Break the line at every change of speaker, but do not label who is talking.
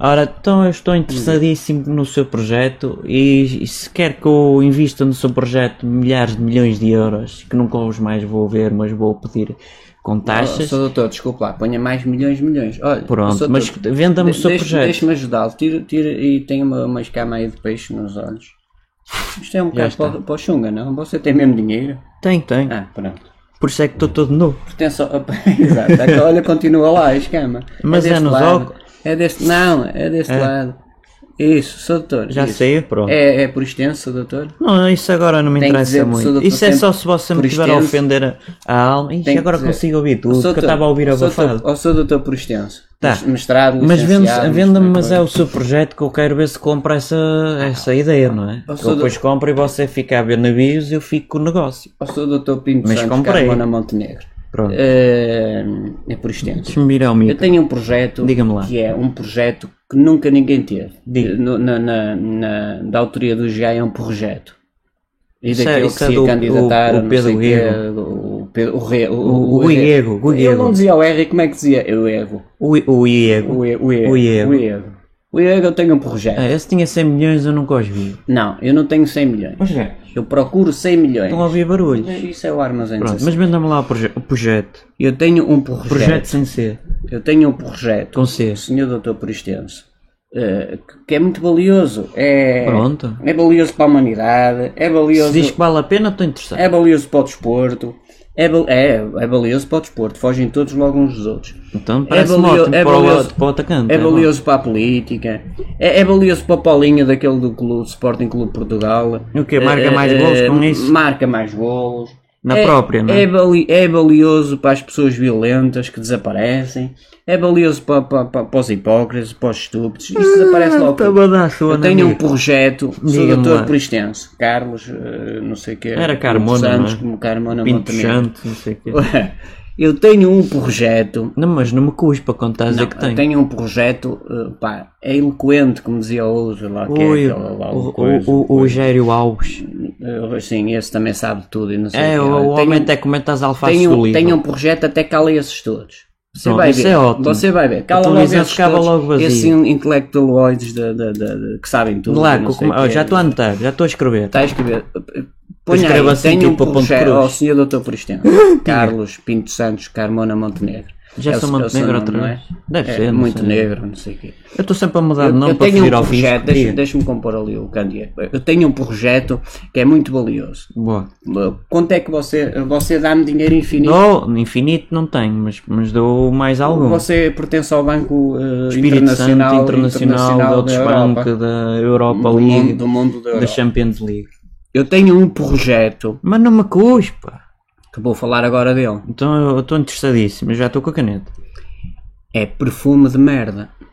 Ora, então eu estou interessadíssimo no seu projeto e, e se quer que eu invista no seu projeto milhares de milhões de euros, que nunca os mais vou ver, mas vou pedir com taxas.
Ah, Oh, Sou doutor, desculpe lá, ponha mais milhões, milhões. Olha,
Pronto,
sou
mas
doutor.
venda-me o seu
Deixa-
projeto.
Deixa-me ajudá-lo. Tira, tira e tem uma, uma escama aí de peixe nos olhos. Isto é um bocado
está.
para, o- para o Xunga, não? Você tem mesmo dinheiro?
Tem, tem.
Ah, pronto.
Por isso é que estou todo nu.
Pertence ao... Exato, a olha continua lá a escama.
Mas é
deste
nos
lado.
óculos?
É deste... Não, é deste lado. Isso, sou doutor.
Já
isso.
saiu, pronto.
É, é por extenso, doutor?
Não, isso agora não me
Tem que
interessa
dizer que sou
muito.
doutor
Isso é
sempre
só se você me
por
estiver a
extenso.
ofender a, a alma. Ixi,
Tenho que
agora
dizer.
consigo ouvir tudo,
Sou
porque eu estava a ouvir é
sou
abafado.
doutor- Ou sou doutor por extenso.
Tá.
Mes- Mestrado,
Mas vende-
licenciado,
venda-me,
mestrado,
mas é o seu projeto que eu quero ver se compra essa, essa ideia, não é?
Eu
Que
sou
eu depois compro e você fica a ver navios e eu fico com o negócio.
Ou sou doutor Pinto
Mas
Santos,
comprei.
Carmona Montenegro.
Pronto.
É, é por extenso.
Deixa-me vir ao
Eu
micro.
tenho um projeto
Diga-me lá.
que é um projeto que nunca ninguém teve.
Diga.
No- na, na- na- da autoria do GA é um projeto. E
Isso é-
daquele
isso
que
é
se
do-
ia candidatar,
o- o
não
Pedro
sei quê,
Guerro.
o Pedro- o Re- o-
O-
o-
o
o-
Iego, o
Eu
Iego.
não dizia o R, como é que dizia? Eu erro.
O, I- o Iego.
O, E- o, E-
O Iego.
O Iego. O Iego eu tenho um projeto.
É, esse tinha 100 milhões, eu nunca os vi.
Não, eu não tenho 100 milhões.
Pois é.
Eu procuro 100 milhões.
Estão a ouvir barulhos.
Isso é o armazém
Então, Pronto,
16.
mas venda-me lá o, proje- o projeto.
Eu tenho um
Projeto
projeto.
sem ser.
Eu tenho um projeto.
Com C.
o senhor doutor por extenso, eh, que- que é muito valioso. É,
Pronto.
é valioso para a humanidade, é
Se
valioso,
diz que vale a pena, estou interessado.
é valioso para o desporto, é, val- é, é valioso para o desporto, fogem todos logo uns dos outros.
Então parece
valio-
ótimo
é
para, o,
valioso-
outro- para o atacante.
É
bom.
valioso para a política, é, é valioso para o Paulinho daquele do clube, Sporting Clube de Portugal.
O quê? Marca mais
Eh,
golos
eh,
com isso?
Marca mais golos.
Na
É-
própria, não é?
É, vali- é valioso para as pessoas violentas que desaparecem, é valioso para, para, para, para os hipócritas, para os estúpidos.
Ah,
Isso desaparece logo. tudo.
Estava a dar sua
Eu
na
tenho um
minha.
projeto, sou
Diga-me
doutor
lá.
por extenso, Carlos, eh, não sei o que.
Era Carmona,
Santos,
não é?
como Carmona
Pinto
Montenegro.
Santo, não sei o quê.
Eu tenho um projeto,
Não, mas não me cuspa quando estás a dizer
não,
que
eu
tem.
tenho um projeto, eh, pá, é eloquente, como dizia o outro lá, que
Ui,
é aquela lá,
o,
o coisa,
o, o, o Gério Alves.
Eh, Sim, esse também sabe tudo e não sei
É,
o
o,
quê. Olha,
o
tenho
homem até comenta as alfaces
Tenham
do livro.
tenham um projeto até calem esses todos. Você
Pronto,
vai
isso
ver.
é ótimo.
Você vai ver. Cala
A
logo
televisão
esses
ficava
todos,
logo vazia.
Esses in- intelectualoides de, de- de- de- que sabem tudo.
Lá,
e não
co-
sei o
ó,
quê.
já estou a anotar, já estou a escrever.
Está a escrever. Põe
escreve
aí,
assim,
tenho um
tipo, a Ponte
projeto
Cruz.
ao senhor doutor Forestino. Carlos Pinto Santos Carmona Montenegro.
Já
É o-
sou
é o seu
Montenegro
nome,
outra
não
vez.
é?
Deve
É,
ser, não
Muito
sei.
negro, não sei o quê.
Eu estou sempre a mudar de
Eu,
nome
eu
para
tenho um
fugir ao fisco.
projeto, deixa-
Diga.
deixa-me compor ali o candeeiro. Eu tenho um projeto que é muito valioso.
Boa.
Quanto é que você, você dá-me dinheiro infinito?
Dou, infinito não tenho, mas, mas dou mais algum.
Você pertence ao Banco eh,
Espírito
Internacional,
Santo, Internacional, da
da
Deutsche
Europa,
Bank, da Europa
do,
League,
mundo, do mundo da
da
Europa.
Champions League.
Eu tenho um projeto,
Mas não me cuspa.
que vou falar agora dele,
Então eu estou interessadíssimo, eu já estou com a caneta.
é perfume de merda.